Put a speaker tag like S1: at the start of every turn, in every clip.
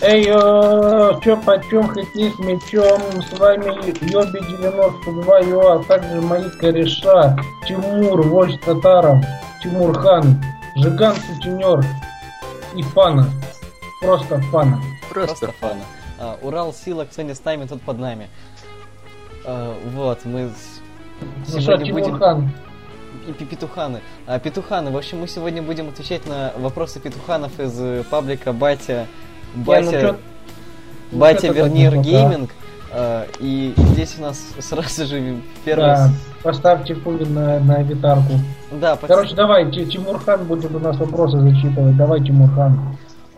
S1: Эй, чё почем хотеть мечом, с вами Йоби 92 ЮА, а также мои кореша Тимур, вождь татаров, Тимур Хан, Жиган Сутенер и Фана. Просто Фана. Ну
S2: Просто фана. А, Урал сила, кто не с нами, тот под нами. А, вот, мы с-
S1: Ну что,
S2: сегодня
S1: Тимур
S2: будем...
S1: Хан?
S2: И пи- петуханы. А, петуханы, в общем, мы сегодня будем отвечать на вопросы петуханов из э, паблика Батя...
S1: ну
S2: Батя...
S1: чё- ну
S2: Батя
S1: чё ты так
S2: Вернир
S1: много, а?
S2: Гейминг. А, и здесь у нас сразу же первый...
S1: Да,
S2: с-
S1: поставьте пули на, на гитарку.
S2: Да, пос-
S1: Короче, давай, Ти- Тимурхан будет у нас вопросы зачитывать. Давай, Тимурхан.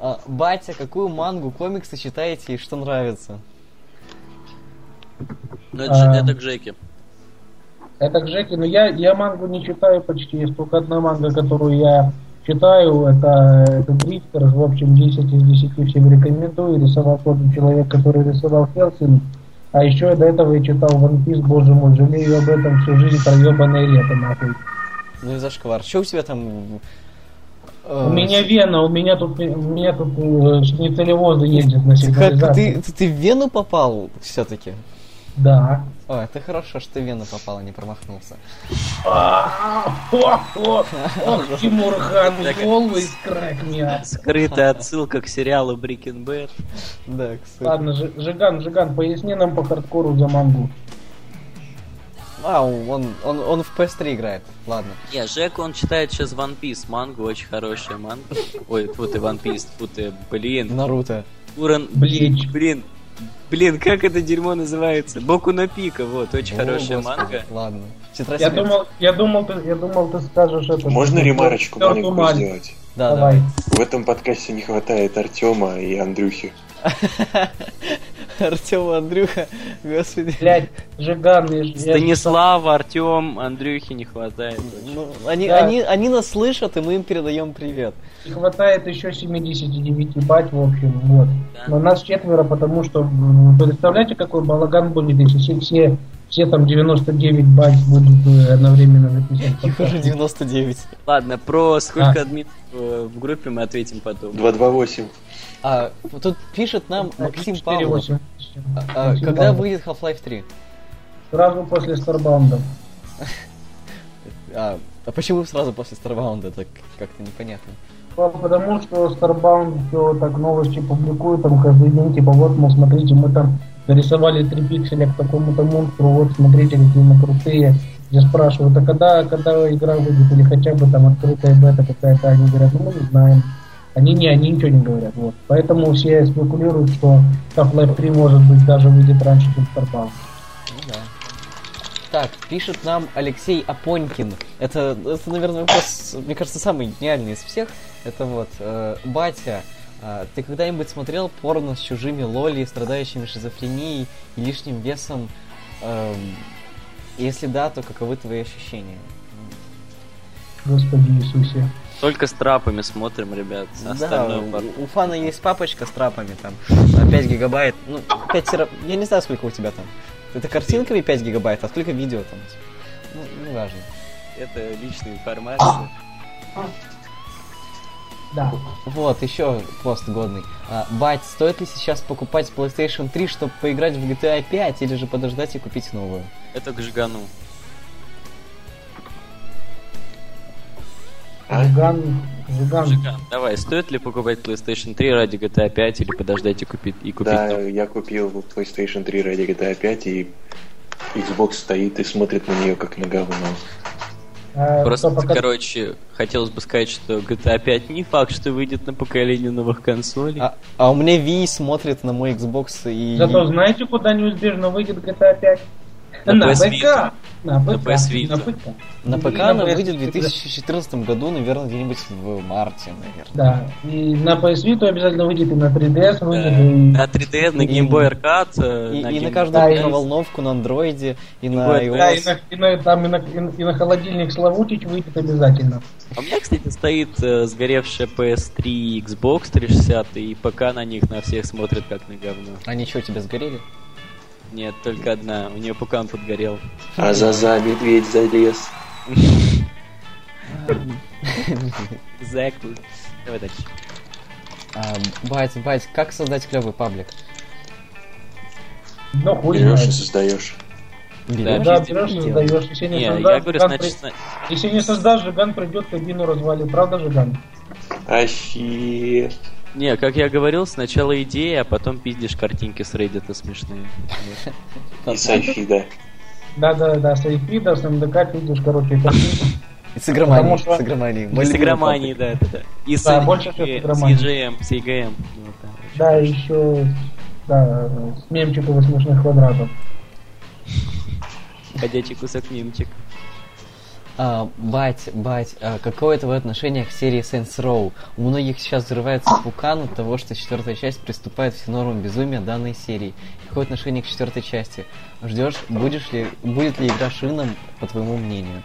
S2: а, батя, какую мангу, комиксы читаете и что нравится?
S3: Ну, это, же-
S1: А.
S3: это к Джеке.
S1: Это к Жеке, но я, я мангу не читаю почти. Есть только одна манга, которую я читаю, это, это Дрифтер, в общем, 10 из 10 всем рекомендую. Рисовал тот же человек, который рисовал Хелсин. А еще я до этого я читал One Piece, боже мой, жалею об этом всю жизнь, проебанное лето, нахуй.
S2: Ну и зашквар. Что у тебя там... Э,
S1: У меня вена, у меня тут, у меня тут э, шницелевозы ездят на сигнализации.
S2: ты, ты, ты в Вену попал все-таки?
S1: Да.
S2: Ой, это хорошо, что ты в Вену попал, а не промахнулся.
S1: Ох, Тимурхан,
S3: Так.
S1: always crack me up.
S3: Скрытая отсылка к сериалу Breaking Bad.
S2: Да, кстати.
S1: Ладно, Ж- Жиган, Жиган, поясни нам по хардкору за мангу.
S2: А, он, он, он в PS3 играет. Ладно.
S3: Не, Жек, он читает сейчас One Piece. Мангу очень хорошая манга. Ой, фу ты, One Piece, фу ты, блин.
S2: Наруто.
S3: Уран,
S1: Блич.
S3: блин. Блин, как это дерьмо называется? Боку на пика, вот, очень
S2: О,
S3: хорошая
S2: господи,
S3: манга.
S2: Ладно. Тетрадь
S1: Я
S2: смерти.
S1: думал, я думал, ты, я думал, ты скажешь это.
S4: Можно
S1: что-
S4: ремарочку
S1: что
S4: маленькую
S1: туман.
S4: сделать?
S2: Да, да.
S1: Давай.
S4: В этом подкасте не хватает Артема и Андрюхи.
S2: Артем Андрюха, господи.
S1: Блять, Жиган, я ж- я ж-
S3: Станислава, Артем, Андрюхи не хватает.
S2: Ну, они,
S1: Да.
S2: они, они нас слышат, и мы им передаем привет.
S1: не хватает еще 79 бать, в общем, вот.
S3: Да.
S1: Но нас четверо, потому что, м, представляете, какой балаган будет, если все, все, все там 99 бать будут э, одновременно записывать.
S2: Их
S1: подкаст.
S2: уже 99.
S3: Ладно, про сколько
S1: А.
S3: админов э, в группе мы ответим потом.
S4: 228.
S2: А, тут пишет нам Максим
S1: 4,
S2: Павлов.
S1: 8.
S2: А, а,
S1: Максим
S2: когда
S1: Павлов.
S2: выйдет Half-Life 3?
S1: Сразу после Старбаунда.
S2: А, а почему сразу после Старбаунда? Это к- как-то непонятно.
S1: Ну, Потому что Starbound все так новости публикует, там каждый день, типа, вот, мол, смотрите, мы там нарисовали три пикселя к такому-то монстру, вот, смотрите, какие мы крутые. Я спрашиваю, а когда, когда игра выйдет, или хотя бы там открытая бета какая-то, они говорят, ну, мы не знаем. Они не, они ничего не говорят, вот. Поэтому все спекулируют, что Half-Life 3, может быть, даже выйдет раньше, чем Starbound.
S2: Ну да. Так, пишет нам Алексей Апонькин. Это, это, наверное, вопрос, мне кажется, самый гениальный из всех. Это вот, э, батя, э, ты когда-нибудь смотрел порно с чужими лоли, страдающими шизофренией и лишним весом? Эм, если да, то каковы твои ощущения?
S1: Господи Иисусе.
S3: Только с трапами смотрим, ребят. Остальное
S2: да,
S3: пар-
S2: у, у фана есть папочка с трапами там, на 5 гигабайт, ну, 5 тера... Я не знаю, сколько у тебя там. Это картинками 5 гигабайт, а сколько видео там? Ну, не важно.
S3: Это личная информация.
S1: Да.
S2: Вот, еще пост годный. А, бать, стоит ли сейчас покупать PlayStation 3, чтобы поиграть в GTA 5, или же подождать и купить новую?
S3: Это к Жигану.
S4: А?
S1: Жиган, Жиган,
S3: Жиган, давай, стоит ли покупать PlayStation 3 ради GTA 5 или подождать и купить? И купить
S4: Да,
S3: новую?
S4: я купил PlayStation 3 ради GTA 5 и Xbox стоит и смотрит на нее как на говно.
S1: а,
S3: Просто,
S1: кто пока-
S3: короче, хотелось бы сказать, что GTA 5 не факт, что выйдет на поколение новых консолей.
S2: А, а у меня Wii смотрит на мой Xbox и...
S1: Зато знаете, куда неизбежно выйдет GTA 5?
S3: На
S1: На
S3: PS
S1: ПК! На
S3: На
S1: ПК!
S3: PS Vita.
S1: На ПК!
S2: На
S1: И
S2: ПК она
S1: PS
S2: выйдет в
S1: Vita.
S2: 2014 году, наверное, где-нибудь в марте, наверное.
S1: Да, и на PS Vita обязательно выйдет, и на 3DS выйдет, и...
S3: На 3D, на
S2: И-
S3: Game Boy Arcade,
S2: ну, И,
S3: на
S2: и на
S3: Game-
S2: каждую
S1: Да, и-
S2: микроволновку на андроиде, и на
S3: будет,
S2: iOS.
S1: Да, и на, и на- там, и на, и- и на холодильник Славутич выйдет обязательно.
S3: А у меня, кстати, стоит э, сгоревшая PS3, Xbox 360 и ПК на них на всех смотрят как на говно.
S2: Они что, у тебя сгорели?
S3: Нет, только одна. У нее пукан подгорел.
S4: А за за медведь залез.
S3: Exactly. Давай дальше.
S2: А, бать, бать, как создать клевый паблик?
S1: Но хуй
S4: Берешь и
S1: знает. Ну
S4: создаешь.
S2: Берёшь
S1: Да,
S3: пиздец,
S1: берешь и
S2: делаешь.
S1: сдаешь. Если не,
S3: Не,
S1: создашь,
S3: я говорю,
S1: Жиган
S3: значит,
S1: при-
S3: на-
S1: Если не создашь, Жиган придет, кабину развалит. Правда, Жиган?
S4: Ахи.
S3: не, как я говорил, сначала идея, а потом пиздишь картинки с Reddit смешные. Вот.
S4: И с Ахи, да.
S1: Да-да-да, с Айфида, с МДК, видишь, короче, это
S2: С игроманией,
S1: Потому что-
S2: с игроманией.
S3: И с
S2: Более
S3: игроманией, да, да, да. И с
S1: Да, больше всего с игроманией.
S3: EGM, с EGM. Вот, да.
S1: Да, еще да, с мемчиков и смешных квадратов.
S3: Ходячий кусок мимчик.
S2: А, бать, бать, а какое твое отношение к серии Saints Row? У многих сейчас взрывается вулкан от того, что четвертая часть приступает все нормы безумия данной серии. Какое отношение к четвертой части? Ждешь, будешь ли, будет ли игра шином, по твоему мнению?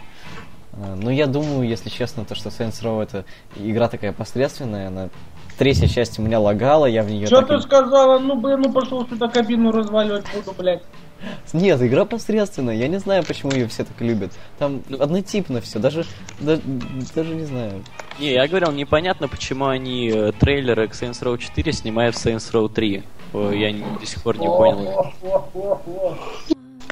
S2: А, ну, я думаю, если честно, то, что Saints Row это игра такая посредственная, она третья часть у меня лагала, я в нее
S1: Что ты сказала? Ну, блин, ну пошел сюда кабину разваливать буду, блядь.
S2: Нет, игра посредственная. Я не знаю, почему ее все так любят. Там
S3: Ну-
S2: однотипно все. Даже, да- даже не знаю.
S3: Не, я говорил, непонятно, почему они э, трейлеры к Saints Row 4 снимают в Saints Row 3. О, Я не- до сих пор не понял.
S1: О-о-о-о-о.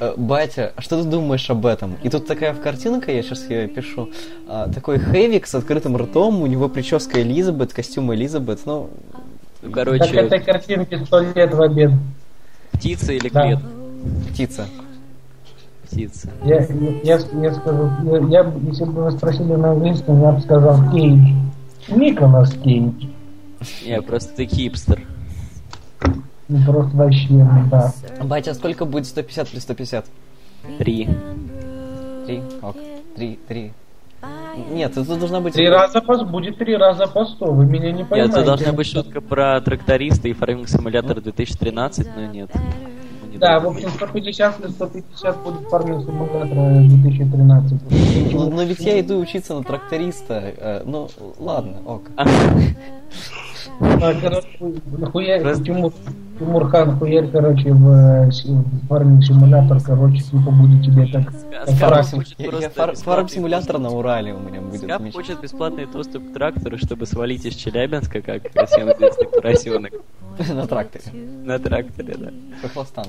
S2: Э, Батя, а что ты думаешь об этом? И тут такая в картинка, я сейчас ее пишу. а, такой Хэвик с открытым ртом, у него прическа Элизабет, костюм Элизабет. Ну,
S3: Ну,
S1: Так этой
S3: короче,
S1: картинке сто лет в обед.
S3: птица или
S1: Да.
S3: клет?
S2: птица.
S3: Птица.
S1: Я, я, я скажу, я, я бы- если бы вы спросили на английском, я бы сказал Кейдж. Николас Кейдж.
S3: Не, просто ты хипстер.
S1: Ну, просто вообще, ну, да.
S2: Батя, а сколько будет 150 плюс 150?
S3: Три.
S2: Три, ок. Три, три. Нет, это должна быть...
S1: Три раза по, будет три раза по сто, вы меня не
S3: Нет,
S1: понимаете.
S3: это должна быть шутка про тракториста и фарминг симулятор 2013, но нет. Мы не
S1: Да, в
S3: додумали.
S1: общем, 150 плюс 150 будет фарминг симулятора 2013.
S2: Ну, Но ведь я иду учиться на тракториста. э, Ну, ладно, ок.
S3: А,
S1: А, короче, нахуя-
S3: Раз-
S1: Тимур, Тимур Хан, хуярь, короче, в, э, с- в фарминг симулятор, короче, типа будет тебе так.
S3: Скап
S1: Фарм-
S3: хочет
S2: Я-
S3: просто
S2: я фар-
S3: бесплатный
S2: Фарм-симулятор на
S3: доступ.
S2: Урале у меня будет.
S3: Скап
S2: замечательно.
S3: хочет бесплатный доступ к трактору, чтобы свалить из Челябинска, как всем известный поросенок.
S2: На тракторе.
S3: На тракторе, да.
S2: Кохластан.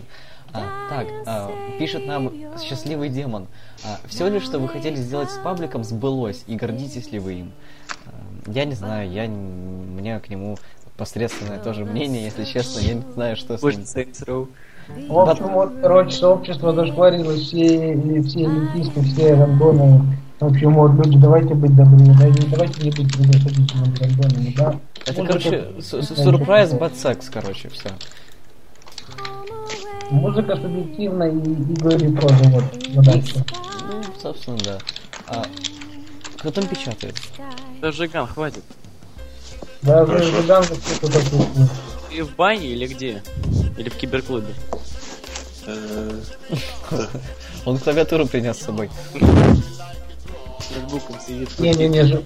S2: А, так, а, пишет нам счастливый демон. все ли, что вы хотели сделать с пабликом, сбылось, и гордитесь ли вы им? А, я не знаю, я н- у меня к нему посредственное тоже мнение, если честно, я не знаю, что с
S3: Может,
S2: ним.
S3: Saints Row.
S1: В общем, вот, короче, сообщество зашкварилось, все, все элитисты, все рандоны. В общем, вот, люди, давайте быть добрыми, да, не- давайте не быть предосудительными рандонами, да.
S2: Это,
S1: Музыка-
S2: короче, с- с- сюрприз, бат секс, короче, все.
S1: Музыка субъективна и, и говорит тоже, вот, задача.
S2: Ну, собственно, да. А, кто там печатает?
S3: Да, Жиган, хватит.
S1: Даже
S4: Хорошо.
S1: ну, Жиган вот что-то такое.
S3: Ты в бане или где? Или в киберклубе?
S4: Э,
S2: Он клавиатуру принес с собой.
S3: С ноутбуком сидит.
S1: Не-не-не, Жи-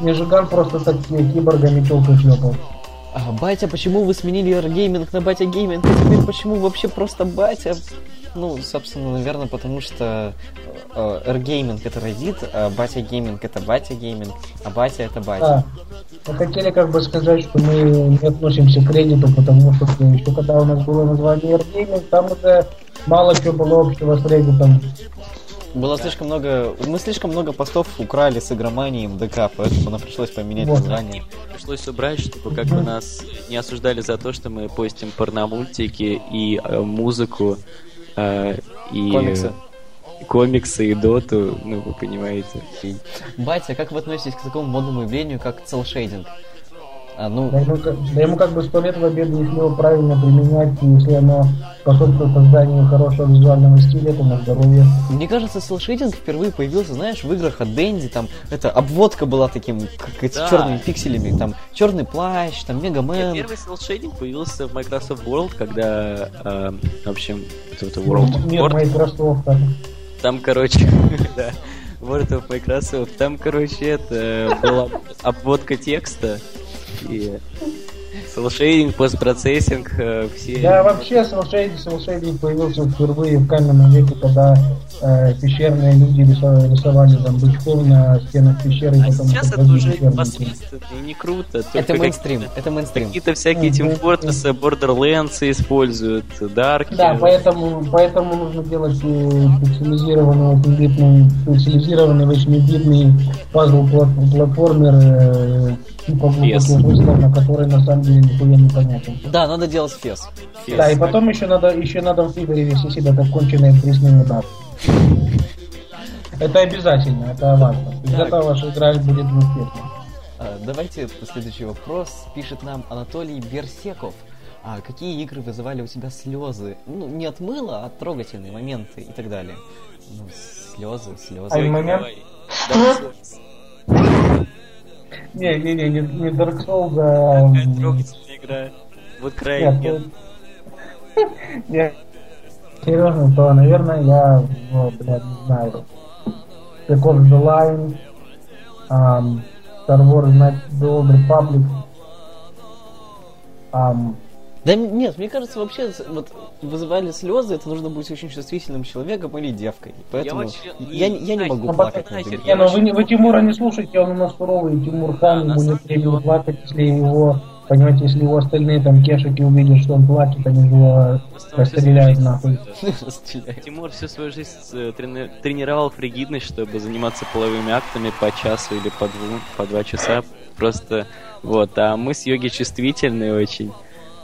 S1: не Жиган просто так э, киборгами челку шлепал.
S2: А, батя, почему вы сменили Wargaming на батя гейминг? И теперь почему вообще просто батя? Ну, собственно, наверное, потому что э, э, Wargaming это Reddit, а батя гейминг это батя гейминг, а батя это
S1: Да.
S2: батя.
S1: Мы хотели как бы сказать, что мы не относимся к кредиту, потому что еще когда у нас было название Wargaming, там уже мало чего было общего с Reddit'ом.
S2: Было слишком много... Мы слишком много постов украли с игроманией МДК, поэтому нам пришлось поменять
S1: Вот.
S2: название.
S3: Пришлось убрать, чтобы как бы нас не осуждали за то, что мы постим порномультики и э, музыку, э, и
S2: Комиксы.
S3: и комиксы, и доту, ну вы понимаете. И-
S2: Батя, как вы относитесь к такому модному явлению, как целшейдинг? А, ну,
S1: Да ему, как- да ему как бы сто лет в обед, если его правильно применять, и если оно способствует созданию хорошего визуального стиля, то на здоровье.
S2: Мне кажется, селшейдинг впервые появился, знаешь, в играх от Дэнди, там, это обводка была таким, как эти
S3: Да.
S2: черными пикселями, там, черный плащ, там,
S3: Нет,
S2: Мегамен.
S3: Первый селшейдинг появился в Microsoft World, когда, э, в общем, это вот World,
S1: Мир
S3: World
S1: Microsoft.
S3: Там, короче, да, World of Microsoft, там, короче, это была обводка текста. И Селшейдинг, постпроцессинг, э, все...
S1: Да, вообще Солшейдинг, Солшейдинг появился впервые в каменном веке, когда э, пещерные люди рисовали, рисовали там бычков на стенах пещеры. и
S3: А
S1: потом
S3: сейчас это
S1: покрыли
S3: уже
S1: пещерными.
S3: посредственно, и не круто. только
S2: Это
S3: как-
S2: мейнстрим, это мейнстрим.
S3: Какие-то всякие
S1: Мгм.
S3: Team Fortress, Borderlands используют, Дарки.
S1: Да, поэтому, поэтому нужно делать э, специализированный 8-битный, специализированный 8-битный пазл плат- платформер э, типа
S3: Yes.
S1: глубоких на который на самом деле нихуя не понятен.
S2: Да, надо делать фес.
S3: Фес.
S1: Да, и потом еще надо, еще надо в Твиттере вести себя как конченый актрисный удар. Это обязательно, это важно. Без
S2: Так.
S1: этого ваша игра будет неуспешной.
S2: А, Давайте следующий вопрос. Пишет нам Анатолий Берсеков. А какие игры вызывали у тебя слезы? Ну, не от мыла, а трогательные моменты и так далее. Ну, слезы,
S1: А
S2: слезы.
S1: им- момент?
S3: Давай. Да, всё.
S1: Не, не, не, не, не Dark Souls, а...
S3: Какая трогательная игра. Вот край нет.
S1: Серьезно, то, наверное, я, ну, блядь, не знаю. Pick of the Line, ам, Star Wars Knights of the Old Republic, ам,
S2: Да м- нет, мне кажется, вообще с- вот вызывали слезы, это нужно быть очень чувствительным человеком или девкой. Поэтому я,
S3: вообще-
S2: я, не- я не
S3: Нахер,
S2: могу
S1: ну,
S2: плакать
S3: потом
S2: над
S3: нахер,
S2: игрой.
S1: Не, ну вы, не- вы Тимура не слушайте, он у нас суровый, Тимур
S3: Да,
S1: Хан,
S3: на
S1: ему
S3: самом
S1: нет
S3: деле
S1: времени
S3: он-
S1: плакать, если его, понимаете, если его остальные там кешики увидят, что он плачет, они его
S3: Просто он всю свою
S1: расстреляют
S3: жизнь-
S1: нахуй.
S2: Стреляю.
S3: Тимур всю свою жизнь э, трени- тренировал фригидность, чтобы заниматься половыми актами по часу или по, дву- по два часа. Просто вот. А мы с йоги чувствительные очень.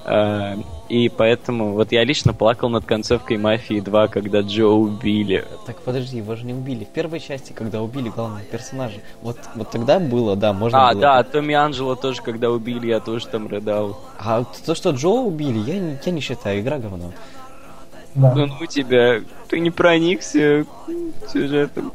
S3: А, И поэтому вот я лично плакал над концовкой Мафии 2, когда Джо убили.
S2: Так подожди, его же не убили. В первой части, когда убили главного персонажа, вот, вот тогда было, да, можно
S3: А,
S2: было.
S3: да, Томми Анджело тоже, когда убили, я тоже там рыдал.
S2: А вот то, что Джо убили, я, не- я не считаю, игра говно.
S1: Да.
S3: Да ну тебя, ты не проникся сюжетом.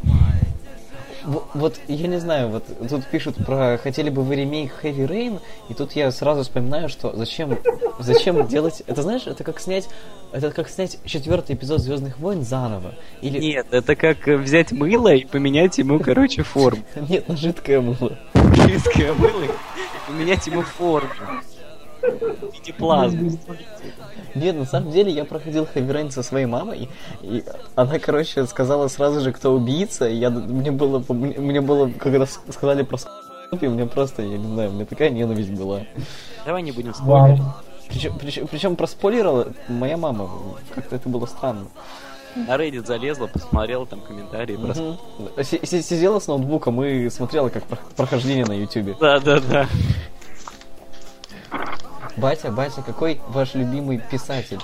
S2: В- Вот, я не знаю, вот тут пишут про хотели бы вы ремейк Heavy Rain, и тут я сразу вспоминаю, что зачем, зачем делать... Это знаешь, это как снять... Это как снять четвертый эпизод Звездных войн заново. Или...
S3: Нет, это как э, взять мыло и поменять ему, короче, форму.
S2: Нет, на жидкое было.
S3: Жидкое мыло и поменять ему форму. В виде плазмы.
S2: Нет, на самом деле я проходил Heavy Rain со своей мамой, и она, короче, сказала сразу же, кто убийца, и я, мне было, мне, мне было, когда с- сказали про с***, и мне просто, я не знаю, у меня такая ненависть была.
S3: Давай не будем
S1: Вау.
S3: спорить.
S2: Причем, причем, причем проспойлерила моя мама, как-то это было странно.
S3: На Reddit залезла, посмотрела там комментарии. просто.
S2: Мгм. Си- си- Сидела с ноутбуком и смотрела, как про- прохождение на ютюбе.
S3: Да-да-да.
S2: Батя, батя, какой ваш любимый писатель?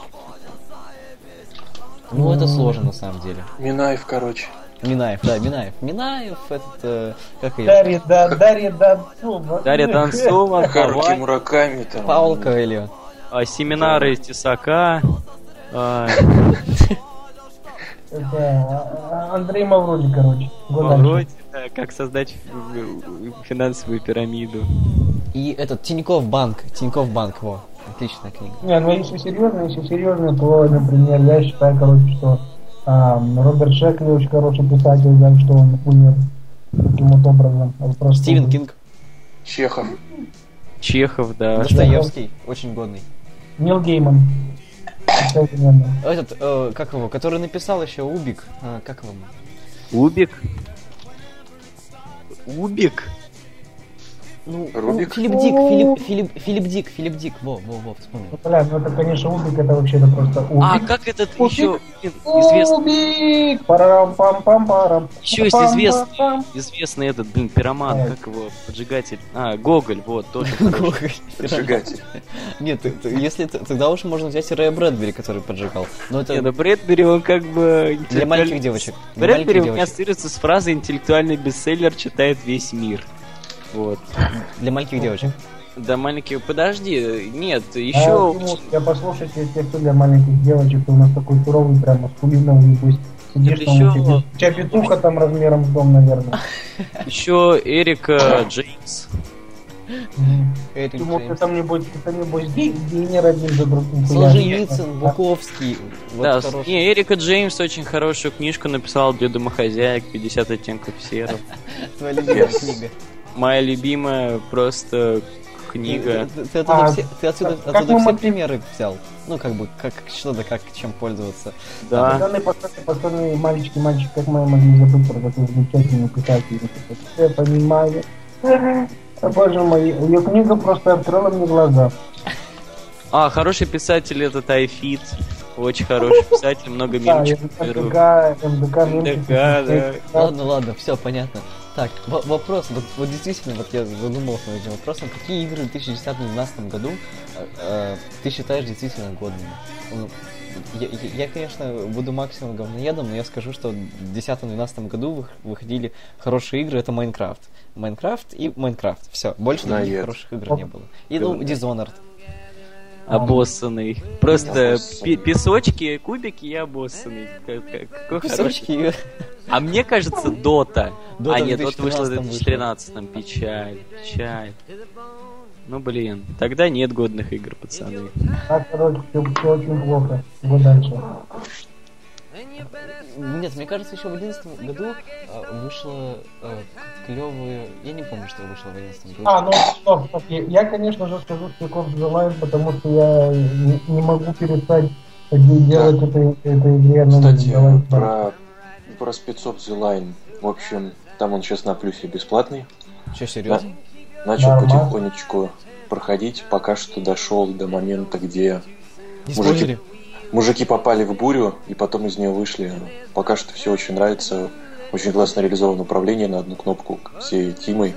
S2: Ну, это сложно, на самом деле.
S4: Минаев, короче.
S2: Минаев, да, Минаев. Минаев, этот, э, как ее?
S1: Дарья, да, ну, Дарья Донцова.
S3: Дарья Донцова,
S4: Харуки
S3: Хавай,
S4: Мураками там.
S2: Паул Коэльо.
S3: а, семинары Тесака. а,
S1: Да, а, Андрей Мавроди, короче. Года
S3: Вроде, да, как создать ф- финансовую пирамиду.
S2: И этот Тиньков Банк. Тиньков Банк, во. Отличная книга.
S1: Не, ну если серьезно, если серьезно, то, например, я считаю, короче, что ам, Роберт Шекли очень хороший писатель, так что он умер таким вот образом. А Он Просто...
S2: Стивен Кинг.
S4: Чехов.
S3: Чехов, да.
S2: Достоевский. Очень годный.
S1: Нил Гейман. ну, Современно.
S2: Этот, э, как его, который написал еще Убик. э, как его?
S3: Убик. Убик.
S2: Ну,
S4: Рубик?
S2: ну, Филипп Дик, Филипп, Филипп, Филипп Дик, Филипп Дик, во, во, во, вспомнил.
S1: Ну, бля, ну это, конечно, Убик, это вообще это просто Убик.
S3: А как этот
S1: Убик.
S3: еще блин, известный,
S1: Убик! Парам пам пам парам.
S3: еще есть известный, известный этот, блин, пироман, как его, поджигатель. А, Гоголь, вот, тоже. хороший.
S4: Поджигатель.
S2: Нет, ты- ты- если ты- тогда уж можно взять и Рэя Брэдбери, который поджигал. Но это
S3: Не, ну Брэдбери, он как бы...
S2: для
S3: интеллектуаль-
S2: маленьких девочек. Для
S3: Брэдбери
S2: маленьких
S3: у меня
S2: девочек.
S3: ассоциируется с фразой «интеллектуальный бестселлер читает весь мир». Вот.
S2: Для маленьких девочек.
S3: Да, маленький... Подожди, нет,
S2: А,
S1: Еще...
S3: еще...
S1: А, Я послушать, если кто для маленьких девочек, то у нас такой суровый, прямо с пулином, то есть сидишь
S3: Так
S1: там,
S3: ещё-
S1: у тебя- у тебя петуха там размером с дом, наверное.
S3: Еще
S2: А,
S3: Эрика Джеймс.
S2: Эрик
S1: Тимур, ты
S2: Джеймс.
S1: там небось, ты там небось гей- гейнер один за другим.
S2: Солженицын,
S1: хуяешь.
S2: Буковский. Вот
S3: да,
S2: хороший.
S3: не, Эрика Джеймс очень хорошую книжку написал для домохозяек «50 оттенков серого».
S2: Твоя любимая
S4: Yes.
S2: книга.
S3: Моя любимая просто книга.
S2: Ты, ты отсюда,
S1: А,
S2: все, ты отсюда,
S1: как
S2: отсюда
S1: мы
S2: все
S1: могли-
S2: примеры взял. Ну, как бы, как что да, как чем пользоваться.
S3: Да.
S1: Пацаны, пацаны, пацаны, мальчики, мальчики, как мы могли забыть про такую замечательную писательницу? Я понимаю. А, Боже мой, ее книга просто открыла мне глаза.
S3: А, хороший писатель этот Айфит. Очень хороший писатель, много
S1: Да,
S3: мимчиков.
S1: МДК, МДК,
S3: МДК,
S1: Минчик,
S3: да. Ну
S2: Ладно, ладно, все понятно. Так, во- вопрос, вот, вот действительно, вот я задумался над этим вопросом, какие игры в 2010-2012 году э, э, ты считаешь действительно годными? Ну, Я, я, я, конечно, буду максимум говноедом, но я скажу, что в 2010-2012 году вых- выходили хорошие игры, это Майнкрафт. Майнкрафт и Майнкрафт. Все, больше
S4: Говноед.
S2: других хороших игр не было. И, ну, Dishonored.
S3: Обоссанный. Просто
S4: Обоссанный.
S3: пи- песочки, кубики и обоссанный. Как- как- какой Ну, хороший.
S2: Песочки и-
S3: А мне кажется, Дота.
S2: Дота
S3: а
S2: в
S3: нет, Дота вышла в
S2: 2013
S3: 2013 Печаль, печаль. Ну блин, тогда нет годных игр, пацаны.
S1: Так, короче, все, очень плохо. Вот дальше.
S2: Нет, мне кажется, еще в 2011 году э, вышло клевое... Я не помню, что вышло в 2011 году.
S1: А, ну стоп, стоп. Я, я, конечно же, скажу Стеков желаю, потому что я не, не могу перестать де- делать это, это игре. ну,
S4: Кстати,
S1: давай, да.
S4: про, про спецов The Line. В общем, там он сейчас на плюсе бесплатный.
S2: Че, серьезно?
S4: Начал
S1: Нормально.
S4: потихонечку проходить, пока что дошел до момента, где
S2: Не
S4: Мужики.
S2: спойлери.
S4: мужики попали в бурю и потом из нее вышли. Пока что все очень нравится. Очень классно реализовано управление на одну кнопку. Все тимы.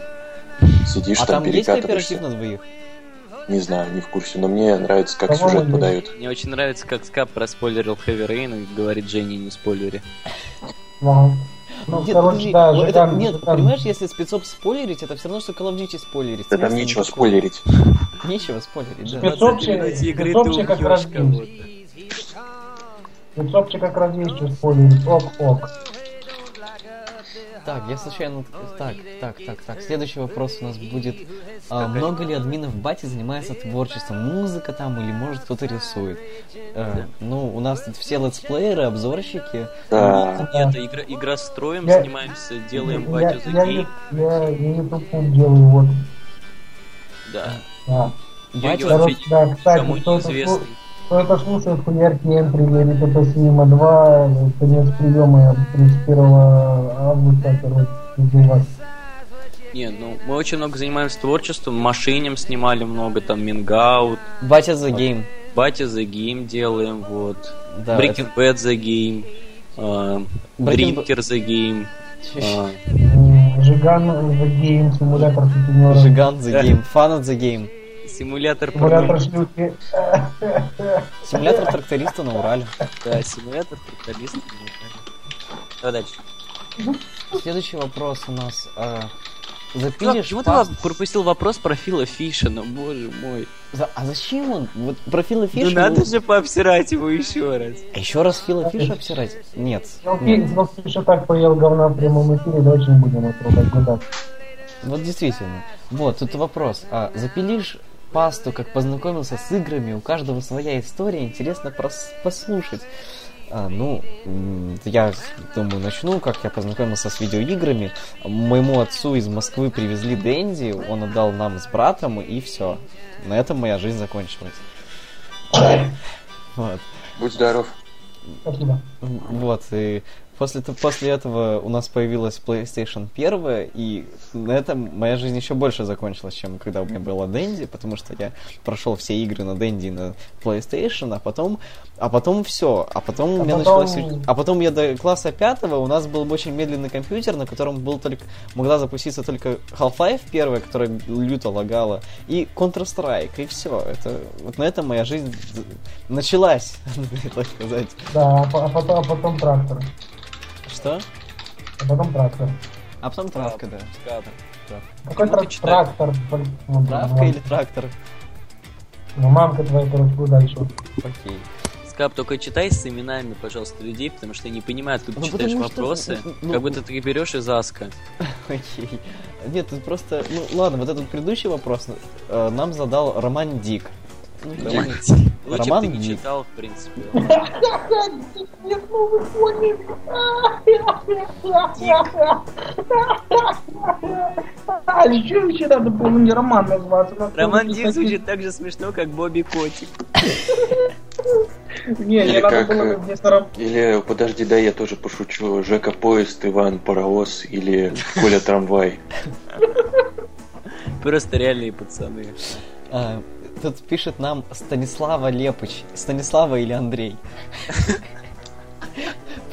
S4: Сидишь
S2: А
S4: там,
S2: там есть кооператив
S4: перекатываешься.
S2: на двоих?
S4: Не знаю, не в курсе, но мне нравится, как
S1: По-моему,
S4: сюжет
S1: есть.
S4: подают.
S3: Мне очень нравится, как Скап проспойлерил Heavy Rain и говорит Дженни не спойлери.
S1: Да. Ну, короче,
S2: Нет, подожди,
S1: да,
S2: вот это-
S1: Жиган,
S2: нет,
S1: Жиган.
S2: понимаешь, если спецов спойлерить, это все равно, что Call of Duty спойлерить.
S4: Да там
S2: Смысла
S4: нечего
S2: никакого.
S4: спойлерить.
S2: Нечего спойлерить, да.
S1: Спецов- Спецопчи-
S3: Ради игры ты
S1: спецопчи как
S3: убьешь
S1: разбился.
S3: кого-то.
S1: Вот Сопчик как раз есть что спойлерить. Ок, ок.
S2: Так, я случайно... Так, так, так, так. Следующий вопрос у нас будет. а, много ли админов в бате занимается творчеством? Музыка там или, может, кто-то рисует? Э, ну, у нас тут все летсплееры, обзорщики.
S4: Да.
S3: Нет, игра, игра строим,
S1: Я-
S3: занимаемся, делаем
S1: я,
S3: батю за
S1: я,
S3: гей.
S1: не- я, я не тупо делаю, вот.
S3: Да.
S1: Да.
S2: Батя-
S3: Ё-ё.
S1: Короче, да,
S3: Кому
S2: ну,
S1: кстати, кто это, слу-
S3: неизвестный.
S1: кто Ну, это слушает, хуяр Кем примерит это Синема 2, э, конец приема 31 августа, короче, жду вас.
S3: Не, ну мы очень много занимаемся творчеством, машинем снимали много, там Мингаут,
S2: Батя за гейм.
S3: Батя за гейм делаем, вот.
S2: Да,
S3: Breaking Bad the Game, э,
S2: Breaking
S3: Drinker the Game,
S2: это-
S3: э,
S1: Э, Жиган The Game, симулятор сутенера.
S2: Жиган за гейм, фан за гейм.
S1: Симулятор
S3: симулятор программиста,
S1: шлюхи.
S2: Симулятор тракториста на Урале.
S3: да, симулятор программиста. Давай дальше.
S2: Следующий вопрос у нас. э,
S3: Чувак,
S2: запилишь
S3: Почему ты
S2: пас-
S3: во- пропустил вопрос про Фила Фиша? Ну, боже мой.
S2: За- А зачем он? Вот про Фила Фиша...
S3: Ну надо же пообсирать его еще раз.
S2: Еще раз Фила Фиша обсирать? Нет.
S1: Ну,
S2: нет.
S1: Фи- ну, Фиша так поел говна в прямом эфире, давайте не будем это ругать, ну так.
S2: Вот действительно. Вот, тут вопрос. А запилишь пасту, как познакомился с играми, у каждого своя история, интересно прос- послушать. А, ну, м, я думаю, начну, как я познакомился с видеоиграми. Моему отцу из Москвы привезли Дэнди, он отдал нам с братом, и все. На этом моя жизнь закончилась. Вот.
S1: Ну,
S4: Будь здоров.
S1: Спасибо.
S2: Вот, и после, т- после этого у нас появилась PlayStation 1, и на этом моя жизнь еще больше закончилась, чем когда у меня была Дэнди, потому что я прошел все игры на Дэнди и на PlayStation, а потом, а потом все, а потом у
S1: А
S2: меня
S1: потом-
S2: началось... А потом я до класса пятого, у нас был очень медленный компьютер, на котором был только... могла запуститься только Half-Life первая, которая люто лагала, и Counter-Strike, и все. Это... Вот на этом моя жизнь началась, так сказать.
S1: Да, а по- а потом, а потом трактор.
S2: Что?
S1: А потом трактор.
S2: А потом травка, да.
S1: Какой
S3: Почему ты
S1: трак-
S3: читаешь?
S1: трактор? блин, ну,
S2: Травка
S1: мам-
S2: или трактор?
S1: Ну, мамка твоя, короче, удачи.
S2: Окей.
S3: Скап, только читай с именами, пожалуйста, людей, потому что я не понимаю, откуда
S2: Ну,
S3: ты читаешь
S2: потому что-
S3: вопросы,
S2: ну,
S3: как будто ты берешь из Аска.
S2: Окей. Нет, тут просто... Ну, ладно, вот этот предыдущий вопрос э, нам задал Роман Дик. Ну,
S3: Да.
S2: давайте.
S3: Лучше бы
S2: Роман
S3: ты не
S2: Ник.
S3: читал, в принципе.
S1: Нет, ну вы поняли. А еще еще надо было не Роман назваться. надо
S3: Роман
S1: было
S3: Дик
S1: писать-
S3: звучит так же смешно, как Бобби Котик.
S1: Не,
S4: Или
S1: не надо
S4: как,
S1: было
S4: э,
S1: вместо Романа.
S4: Или, подожди, да, я тоже пошучу. Жека поезд, Иван паровоз или Коля трамвай.
S3: Просто реальные пацаны.
S2: А, Тут пишет нам Станислава Лепыч. Станислава или Андрей.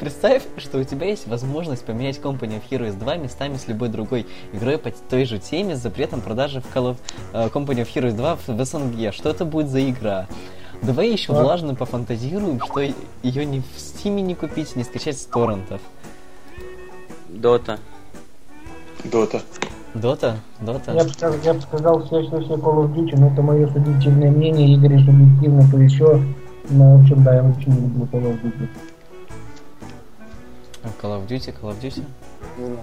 S2: Представь, что у тебя есть возможность поменять Company of Heroes 2 местами с любой другой игрой по той же теме с запретом продажи в Call of, э, Company of Heroes 2 в, в СНГ. Что это будет за игра? Давай еще
S1: Да.
S2: влажно пофантазируем, что ее ни в стиме не купить, не скачать с торрентов.
S3: Дота.
S4: Дота.
S2: Дота? Дота?
S1: Я бы сказал, я бы сказал все, все, все Call of Duty, но это мое субъективное мнение, Игорь субъективно, то еще. Ну, в общем, да, я очень не люблю Call of Duty.
S2: Call of Duty, Call of Duty.
S3: Не надо.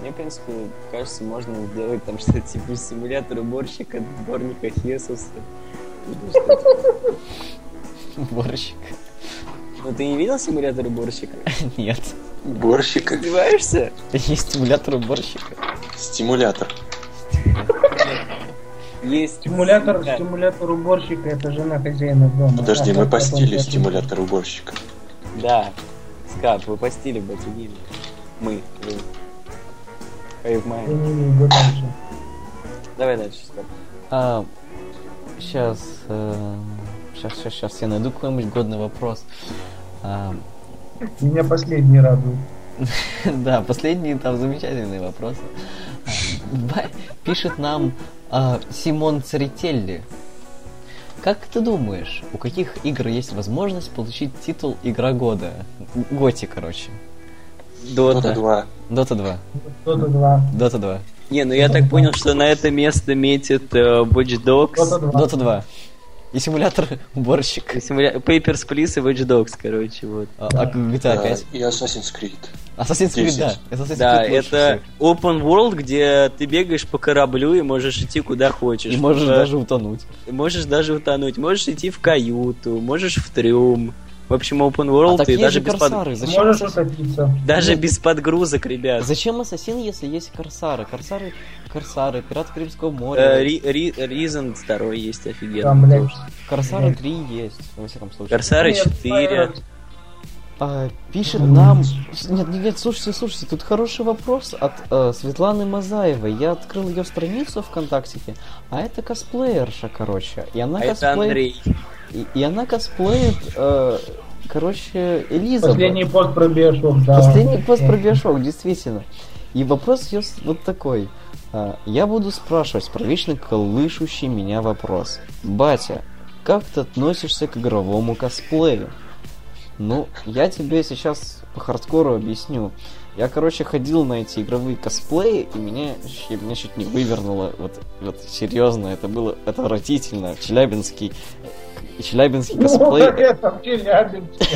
S3: Мне, в принципе, кажется, можно сделать там что-то типа симулятор уборщика, дворника Хесуса. Или что-то.
S2: Уборщик.
S3: Ну ты не видел симулятор уборщика?
S2: Нет.
S4: Уборщика.
S3: Сомневаешься?
S2: Есть симулятор уборщика.
S4: Стимулятор.
S3: Есть.
S1: Стимулятор,
S3: Да.
S1: стимулятор уборщика, это жена хозяина дома.
S4: Подожди,
S1: А
S4: мы
S1: как потом
S4: постили
S1: это-
S4: стимулятор уборщика.
S3: Да. Скап, вы постили Батигили. Мы. Вы. Эй, в
S1: Я
S3: мае.
S1: не видел дальше.
S3: Давай дальше, Скап.
S2: А, э, сейчас, сейчас, сейчас, сейчас я найду какой-нибудь годный вопрос. А,
S1: Меня последний радует.
S2: да, последние там замечательные вопросы. Ба- Пишет нам а, Симон Церетелли. Как ты думаешь, у каких игр есть возможность получить титул Игра года? Г- Готи, короче.
S4: Дота 2.
S2: Дота 2.
S1: Кто-то два.
S2: Дота 2.
S3: Не, ну я так понял, что на это место метит э, Watch
S1: Кто-то
S3: Dogs.
S1: два.
S2: Дота 2. И симулятор уборщик.
S3: Симуля... Papers, Please и Watch Dogs, короче, вот.
S2: А, а GTA 5.
S4: Э, И Assassin's Creed.
S2: Assassin's Creed, да.
S4: Десять.
S2: Assassin's
S3: Да,
S2: Creed лучше
S3: это
S2: всех.
S3: open world, где ты бегаешь по кораблю и можешь идти куда хочешь.
S2: И можешь
S3: Э,
S2: даже утонуть.
S3: можешь даже утонуть, можешь идти в каюту, можешь в трюм. В общем, open world
S2: А так
S3: и
S2: есть
S3: даже
S2: же
S3: без, под-
S2: корсары, зачем?
S1: Можешь утопиться.
S3: даже
S2: Нет.
S3: без подгрузок, ребят.
S2: Зачем ассасин, если есть корсары? Корсары, корсары, пираты Карибского моря.
S3: Э, Ри- Ри- Reason 2 есть
S1: Там,
S3: офигенно.
S1: блядь.
S2: Корсары 3 есть, во всяком случае.
S3: Корсары
S1: Нет,
S3: 4.
S2: А, пишет нам... Нет, нет, нет, слушайте, слушайте, тут хороший вопрос от э, Светланы Мазаевой. Я открыл ее страницу ВКонтактике, а это косплеерша, короче. И она
S3: А это
S2: косплеит-
S3: Андрей.
S2: И, и она косплеит, э, короче, Элизабет.
S1: Последний пост про Биошок, да. Э,
S2: Последний пост про Биошок, действительно. И вопрос ее с- вот такой. А, Я буду спрашивать про вечно колышущий меня вопрос. Батя, как ты относишься к игровому косплею? Ну, я тебе сейчас по хардкору объясню. Я, короче, ходил на эти игровые косплеи, и меня, щ- меня чуть не вывернуло. Вот, вот серьезно, это было отвратительно. Челябинский, Челябинский
S1: Ну,
S2: косплей.
S1: это в Челябинске.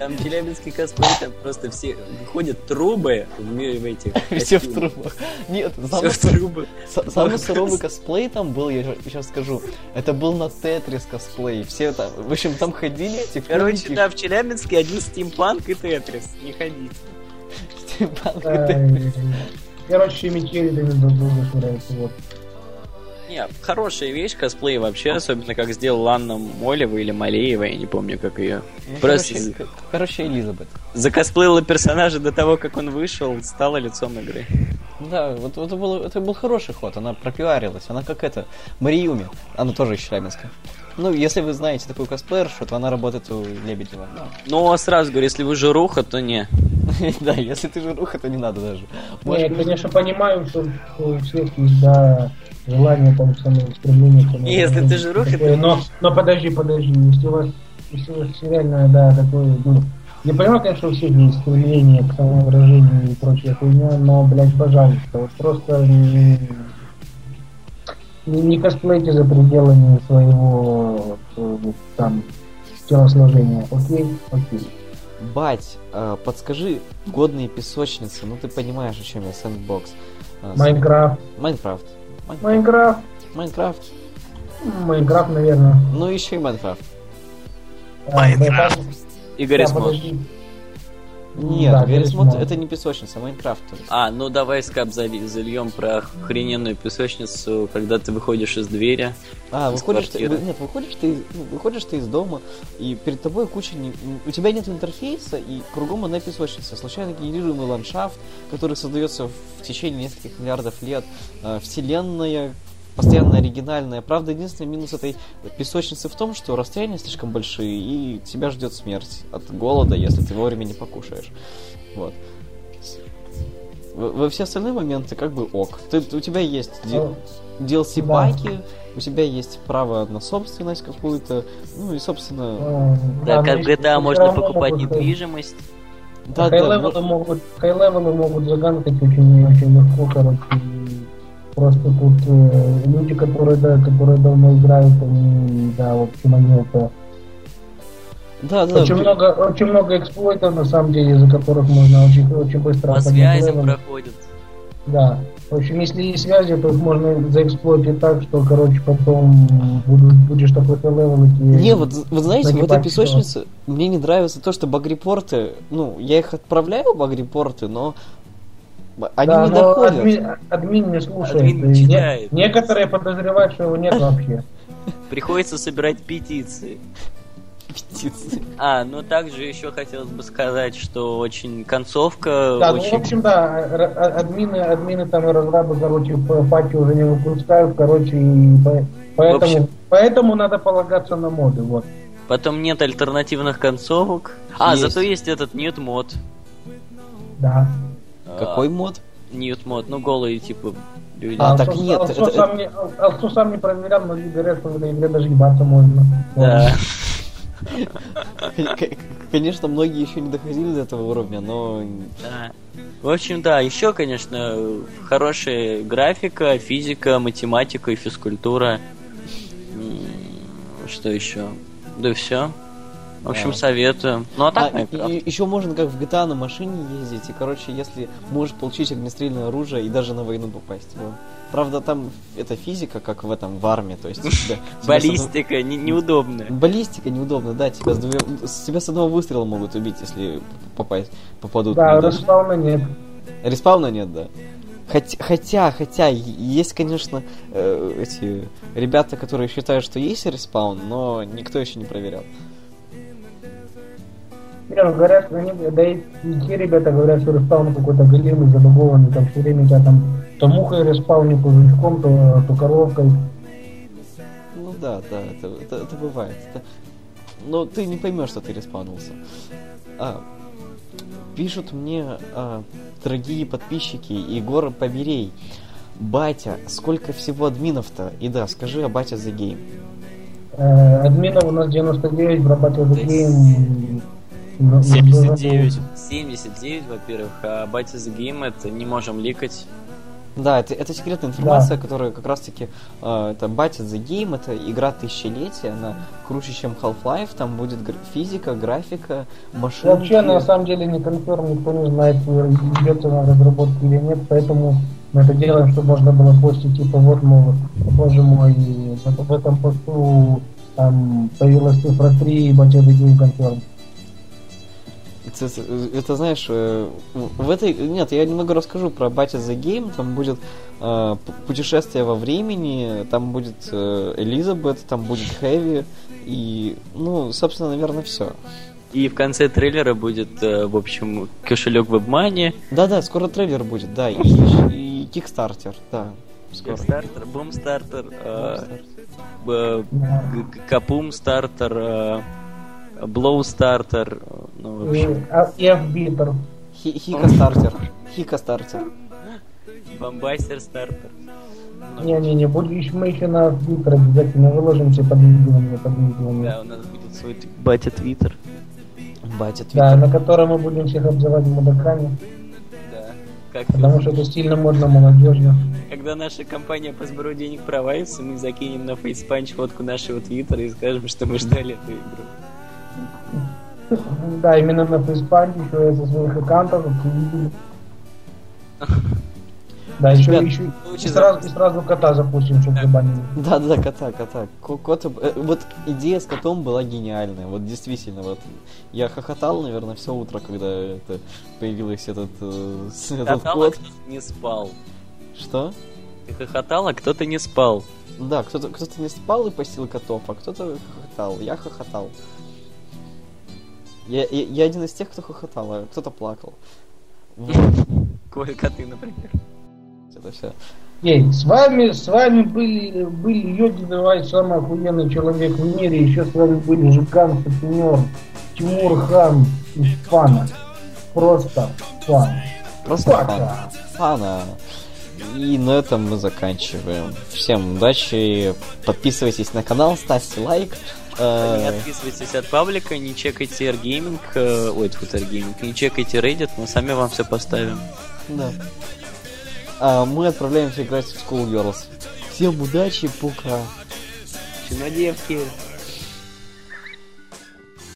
S3: Там Челябинский косплей, там просто все ходят трубы в ми- в этих.
S2: Все в
S3: костюмах.
S2: трубах. Нет,
S3: Все
S2: самое,
S3: в трубы.
S2: С- Самый суровый косплей там был, я сейчас скажу. Это был на Тетрис косплей. Все там, в общем, там ходили эти
S3: Короче,
S2: кубики,
S3: да, в Челябинске один стимпанк и тетрис. Не ходите.
S2: стимпанк и Тетрис.
S1: Ай, Короче, метели друг друга швыряются. Вот.
S3: Не, хорошая вещь косплей вообще, особенно как сделал Анна Молева или Малеева, я не помню, как ее.
S2: Ну,
S3: Просто
S2: короче, к- Короче, Элизабет.
S3: закосплеила персонажа до того, как он вышел, стала лицом игры.
S2: Да, вот вот это был, это был хороший ход, она пропиарилась, она как это, Мариюми, она тоже из Челябинска. Ну, если вы знаете такую косплеершу, то она работает у Лебедева.
S3: Но Ну, а сразу говорю, если вы жируха, то не.
S2: Да, если ты жируха, то не надо даже.
S1: Не, я,
S2: Может,
S1: конечно, понимаю, что что у всех есть, да, желание, там, самое стремление. там,
S3: Не, если
S1: ну,
S3: ты жируха,
S1: такое, Но, но подожди, подожди, если у вас, если у вас реально, да, такое, ну, я понимаю, конечно, у всех есть стремление к самовыражению и прочая хуйня, но, блядь, пожалуйста, вот просто не, не, не косплейте за пределами своего, э, там, телосложения, окей? Окей.
S2: бать, а, подскажи годные песочницы, ну ты понимаешь, о чем я, сэндбокс. А,
S1: Майнкрафт.
S2: Майнкрафт. Майн-
S1: Майнкрафт.
S2: Майнкрафт.
S1: Майнкрафт, наверное.
S2: Ну, еще и Майнкрафт.
S1: А,
S3: Майнкрафт.
S1: да,
S3: И
S1: да,
S3: Гаррис Мод.
S1: подожди.
S2: Нет,
S1: Да,
S2: Гаррис Мод
S1: Гаррисмод.
S2: это не песочница, а Майнкрафт. только.
S3: А, ну давай скап зали- зальем про охрененную песочницу, когда ты выходишь из двери.
S2: А,
S3: Из
S2: выходишь ты,
S3: квартиры.
S2: вы- нет, выходишь ты, из- ну, выходишь ты из дома, и перед тобой куча... не- у тебя нет интерфейса, и кругом она песочница. Случайно генерируемый ландшафт, который создается в течение нескольких миллиардов лет. э, Вселенная постоянно оригинальная. Правда, единственный минус этой песочницы в том, что расстояния слишком большие, и тебя ждет смерть от голода, если ты вовремя не покушаешь. Вот. С- во- Во все остальные моменты как бы ок. Ты, у тебя есть де-
S1: Ну,
S2: DLC-паки, у тебя есть право на собственность какую-то, ну и, собственно...
S1: э,
S3: Да, как
S1: ну,
S3: в GTA
S1: всё
S3: можно
S1: равно
S3: покупать
S1: могут, э,
S3: недвижимость.
S2: Да, да,
S1: Хай-левелы
S2: ну,
S1: могут, хай-левелы могут загантать очень, очень легко, короче. и Просто тут э, люди, которые, да, которые давно играют, они, да, в общем, они это...
S2: да,
S3: Ну,
S2: да,
S1: Очень
S2: при-
S1: много, очень много эксплойтов, на самом деле, из-за которых можно очень, очень быстро...
S3: По
S1: поднять
S3: связям
S1: левел.
S3: проходит.
S1: Да. В общем, если есть связи, то их можно заэксплойтить так, что, короче, потом будут, будешь такой-то левел и...
S2: Не, вот, вот знаете, в этой
S1: Нагибать
S2: песочнице мне не нравится то, что багрипорты, ну, я их отправляю, багрипорты, но они
S1: Да,
S2: не
S1: но
S2: доходят.
S1: Админ, админ не слушает.
S3: Админ не
S1: И не-
S3: читает.
S1: Некоторые подозревают, что его нет вообще.
S3: Приходится собирать петиции.
S2: Птицы.
S3: А, ну также еще хотелось бы сказать, что очень концовка
S1: Да, ну, в
S3: очень
S1: общем, да, р- а- админы, админы там и разрабы, короче, п- пати уже не выпускают, короче, и по- поэтому,
S3: В общем-
S1: поэтому надо полагаться на моды, вот.
S3: Потом нет альтернативных концовок. А,
S2: Есть.
S3: зато есть этот ньют мод.
S1: Да.
S2: Какой мод?
S3: Ньют мод, А, ну голые типа люди.
S2: А, так
S1: Алсу-
S2: нет,
S1: Алсу
S2: это-
S1: сам не- Ал- Алсу сам не проверял, но люди говорят, что в этой игре даже ебаться можно.
S3: Да.
S2: Конечно, многие еще не доходили до этого уровня, но...
S3: Да. В общем, да, еще, конечно, хорошая графика, физика, математика и физкультура. М, Что еще? Да все. В общем,
S2: Да.
S3: советую. Ну а так, Майнкрафт.
S2: еще можно как в GTA на машине ездить, и, короче, если можешь получить огнестрельное оружие и даже на войну попасть. вот. Правда, там это физика, как в этом, в армии, то есть... у тебя- тебя с одного-
S3: баллистика не- неудобная.
S2: Баллистика неудобно, да, тебя с, двумя- с- тебя с одного выстрела могут убить, если попасть, попадут.
S1: Да,
S2: Ну, да.
S1: Руслана нет.
S2: Респауна нет, да. Хоть- Хотя, хотя, е- есть, конечно, э, эти ребята, которые считают, что есть респаун, но никто еще не проверял.
S1: Серьезно, ну, говорят, что они, да и те ребята говорят, что респаун какой-то големый, забагованный, там все время тебя там то мухой респаунит, то жучком, то, то коровкой.
S2: Ну да, да, это, это, это бывает. это- Но ты не поймешь, что ты респаунился. А, пишут мне а, дорогие подписчики Егор Поберей. Батя, сколько всего админов-то? И да, скажи о батя за гейм.
S1: Э, админов у нас 99, вырабатывает
S3: Да
S1: гейм. м,
S3: 79. 79, во-первых, а батя за гейм это не можем ликать.
S2: Да, это, это секретная информация, которая как раз-таки э, это батя за гейм, это игра тысячелетия, она круче, чем Half-Life, там будет гр- физика, графика, машинки.
S1: Вообще, на самом деле, не конферм, никто не знает, идется на разработке или нет, поэтому мы это делаем, чтобы можно было постить, типа, вот, мол, боже мой, в в этом посту там появилась цифра 3, и батя Гейм конферм.
S2: Это, это, знаешь, э, в в этой... Нет, я немного расскажу про Батя за гейм. Там будет э, п- путешествие во времени, там будет э, Элизабет, там будет Хэви. И, ну, собственно, наверное, все.
S3: И в конце трейлера будет, э, в общем, кошелек вебмани.
S2: Да-да, скоро трейлер будет, да, и, ещё- и Кикстартер, да. Скоро.
S3: Стартер, бумстартер, э,
S2: Kickstarter.
S3: б-
S1: Да.
S3: г- г- капум стартер, э, блоу стартер, э, ну, в
S1: И
S3: общем,
S1: а- и Афбитер.
S2: Хи- Хика-стартер. Хика-стартер.
S3: бомбайсер стартер.
S1: Не-не-не, будь- еще- мы еще на Афбитер обязательно выложимся под видео, мне под видео.
S3: Да, у нас будет свой т- батя твиттер.
S2: Батя
S1: Да,
S2: Твиттер.
S1: на котором мы будем всех обзывать мудаками,
S3: Да. Как
S1: потому что это сильно модно молодежно.
S3: Когда наша компания по сбору денег провалится, мы закинем на фейспанч фотку нашего твиттера и скажем, что мы ждали эту игру.
S1: Да, именно на фейспанке, что я со своих аккаунтов, как вы видели. Да, еще,
S2: Ребят,
S1: еще и сразу, и сразу кота запустим, чтобы забанили.
S2: Да, а да, кота, кота. Ко- Кот, э, вот идея с котом была гениальная, вот действительно, вот я хохотал, наверное, все утро, когда это появилась этот, э, с- этот
S3: Хохотала,
S2: кот.
S3: а кто-то не спал.
S2: Что?
S3: Ты хохотала, кто-то не спал.
S2: Да, кто-то кто не спал и постил котов, а кто-то хохотал. Я хохотал. Я, я, я один из тех, кто хохотал, а кто-то плакал. Вот
S3: Коль коты, например.
S2: это все.
S1: Ей, с вами, с вами были, были Йоги Давай, самый охуенный человек в мире. Еще с вами были Жиган Сапинер, Тимур Хан и Фан. Просто Фан.
S2: Просто фан.
S1: Пока.
S2: Фана. И на этом мы заканчиваем. Всем удачи, подписывайтесь на канал, ставьте лайк.
S3: Не
S2: Э,
S3: отписывайтесь от паблика, не чекайте AirGaming, э, ой, тут AirGaming, не чекайте Reddit, мы сами вам все поставим.
S2: да. А мы отправляемся играть в School Girls. Всем удачи, пока.
S3: Чинодевки!